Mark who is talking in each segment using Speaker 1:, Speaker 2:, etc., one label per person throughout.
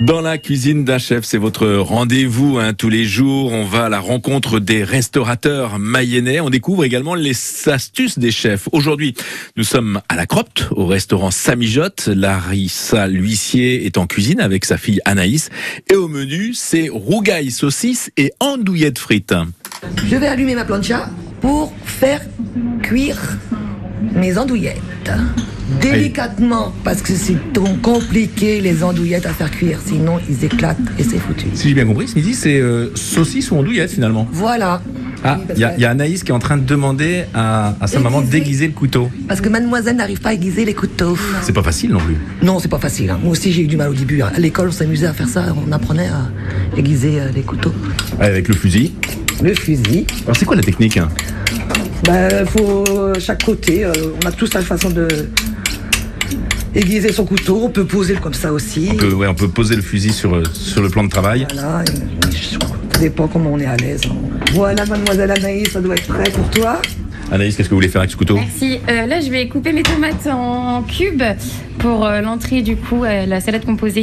Speaker 1: Dans la cuisine d'un chef, c'est votre rendez-vous hein, tous les jours. On va à la rencontre des restaurateurs mayennais. On découvre également les astuces des chefs. Aujourd'hui, nous sommes à la Cropte, au restaurant Samijotte. Larissa l'huissier est en cuisine avec sa fille Anaïs. Et au menu, c'est rougaille saucisse et andouillettes frites.
Speaker 2: Je vais allumer ma plancha pour faire cuire mes andouillettes. Délicatement, parce que c'est trop compliqué les andouillettes à faire cuire, sinon ils éclatent et c'est foutu.
Speaker 1: Si j'ai bien compris, ce midi, c'est euh, saucisse ou andouillette finalement.
Speaker 2: Voilà.
Speaker 1: Ah,
Speaker 2: Oui, parce
Speaker 1: il y, a-
Speaker 2: que-
Speaker 1: il y a Anaïs qui est en train de demander à, à sa maman
Speaker 2: Aiguiser.
Speaker 1: d'aiguiser le couteau.
Speaker 2: Parce que mademoiselle n'arrive pas à aiguiser les couteaux.
Speaker 1: C'est pas facile non plus.
Speaker 2: Non, c'est pas facile. hein. Moi aussi j'ai eu du mal au début. hein. À l'école, on s'amusait à faire ça, on apprenait à aiguiser euh, les couteaux.
Speaker 1: Avec le fusil.
Speaker 2: Le fusil.
Speaker 1: Alors c'est quoi la technique hein
Speaker 2: Bah, faut euh, chaque côté. euh, on a tous sa façon de aiguiser son couteau. On peut poser le comme ça aussi.
Speaker 1: on peut, ouais, on peut poser le fusil sur, euh, sur le plan de travail.
Speaker 2: Voilà, et- et je- ça dépend comment on est à l'aise. hein. Voilà, mademoiselle Anaïs, ça doit être prêt pour toi.
Speaker 1: Anaïs, qu'est-ce que vous voulez faire avec ce couteau
Speaker 3: Merci. Euh, là, je vais couper mes tomates en cubes pour euh, l'entrée du coup, euh, la salade composée.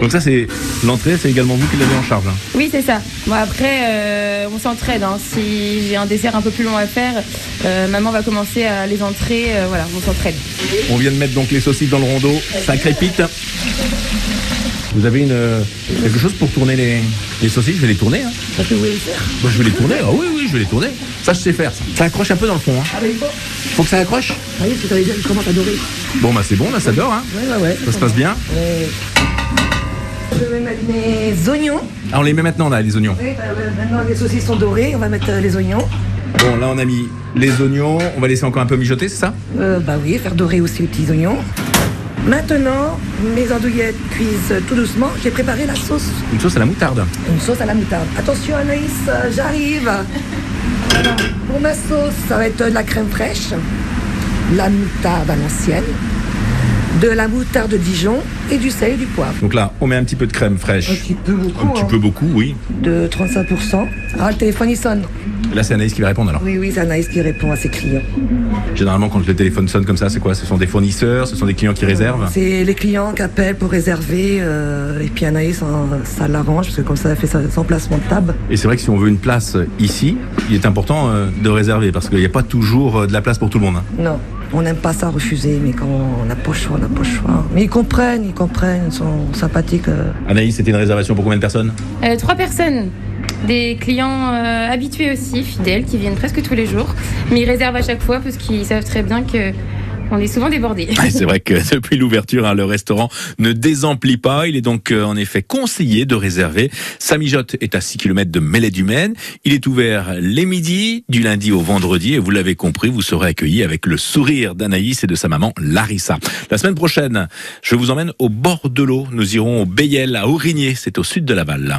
Speaker 1: Donc ça c'est l'entrée, c'est également vous qui l'avez en charge. hein.
Speaker 3: Oui, c'est ça. Bon, après, euh, on s'entraide. hein. Si j'ai un dessert un peu plus long à faire, euh, maman va commencer à les entrées. euh, voilà, on s'entraide.
Speaker 1: On vient de mettre donc les saucisses dans le rondeau, ça crépite. Vous avez une, euh, quelque chose pour tourner les, les saucisses Je vais les tourner. hein. Bah, je vais les tourner, ah oui, oui, je vais les tourner. Ça, je sais faire. Ça, Ça accroche un peu dans le fond. hein. Faut que ça accroche.
Speaker 2: Anaïs, tu t'avais dit comment t'adorer.
Speaker 1: Bon, bah c'est bon, là, ça dort. hein.
Speaker 2: Ouais, ouais, ouais.
Speaker 1: Ça se passe bien.
Speaker 2: Je vais mettre mes oignons.
Speaker 1: Ah, on les met maintenant, là, les oignons.
Speaker 2: Oui, euh, maintenant les saucisses sont dorées, on va mettre euh, les oignons.
Speaker 1: Bon, là, on a mis les oignons. On va laisser encore un peu mijoter, c'est ça
Speaker 2: Euh, bah oui, faire dorer aussi les petits oignons. Maintenant, mes andouillettes cuisent euh, tout doucement. J'ai préparé la sauce,
Speaker 1: Une sauce à la moutarde.
Speaker 2: une sauce à la moutarde. Attention Anaïs, euh, j'arrive. Alors, pour ma sauce, ça va être euh, de la crème fraîche, la moutarde à l'ancienne, de la moutarde de Dijon et du sel et du poivre.
Speaker 1: Donc là, on met un petit peu de crème fraîche.
Speaker 2: Un petit peu beaucoup,
Speaker 1: Un petit
Speaker 2: hein.
Speaker 1: peu beaucoup, oui.
Speaker 2: De 35%. Ah, le téléphone il sonne.
Speaker 1: Là, c'est Anaïs qui va répondre alors.
Speaker 2: Oui, oui, c'est Anaïs qui répond à ses clients.
Speaker 1: Généralement, quand le téléphone sonne comme ça, c'est quoi Ce sont des fournisseurs, ce sont des clients qui réservent.
Speaker 2: C'est les clients qui appellent pour réserver, euh, et puis Anaïs, hein, ça l'arrange, parce que comme ça, elle fait sa- son placement de table.
Speaker 1: Et c'est vrai que si on veut une place euh, ici, il est important euh, de réserver parce qu'il n'y a pas toujours euh, de la place pour tout le monde. hein.
Speaker 2: Non, on n'aime pas ça refuser, mais quand on n'a pas le choix, on n'a pas le choix. Mais ils comprennent, ils comprennent, ils sont sympathiques. euh.
Speaker 1: Anaïs, c'était une réservation pour combien de personnes
Speaker 3: Euh, trois personnes. Des clients euh, habitués aussi, fidèles, qui viennent presque tous les jours. Mais ils réservent à chaque fois parce qu'ils savent très bien que on est souvent débordés.
Speaker 1: Et C'est vrai que depuis l'ouverture, hein, le restaurant ne désemplit pas. Il est donc euh, en effet conseillé de réserver. Samijotte est à 6 km de Mêlée du Maine. Il est ouvert les midis, du lundi au vendredi. Et vous l'avez compris, vous serez accueillis avec le sourire d'Anaïs et de sa maman Larissa. La semaine prochaine, je vous emmène au bord de l'eau. Nous irons au Bayel, à Aurigné. C'est au sud de Laval.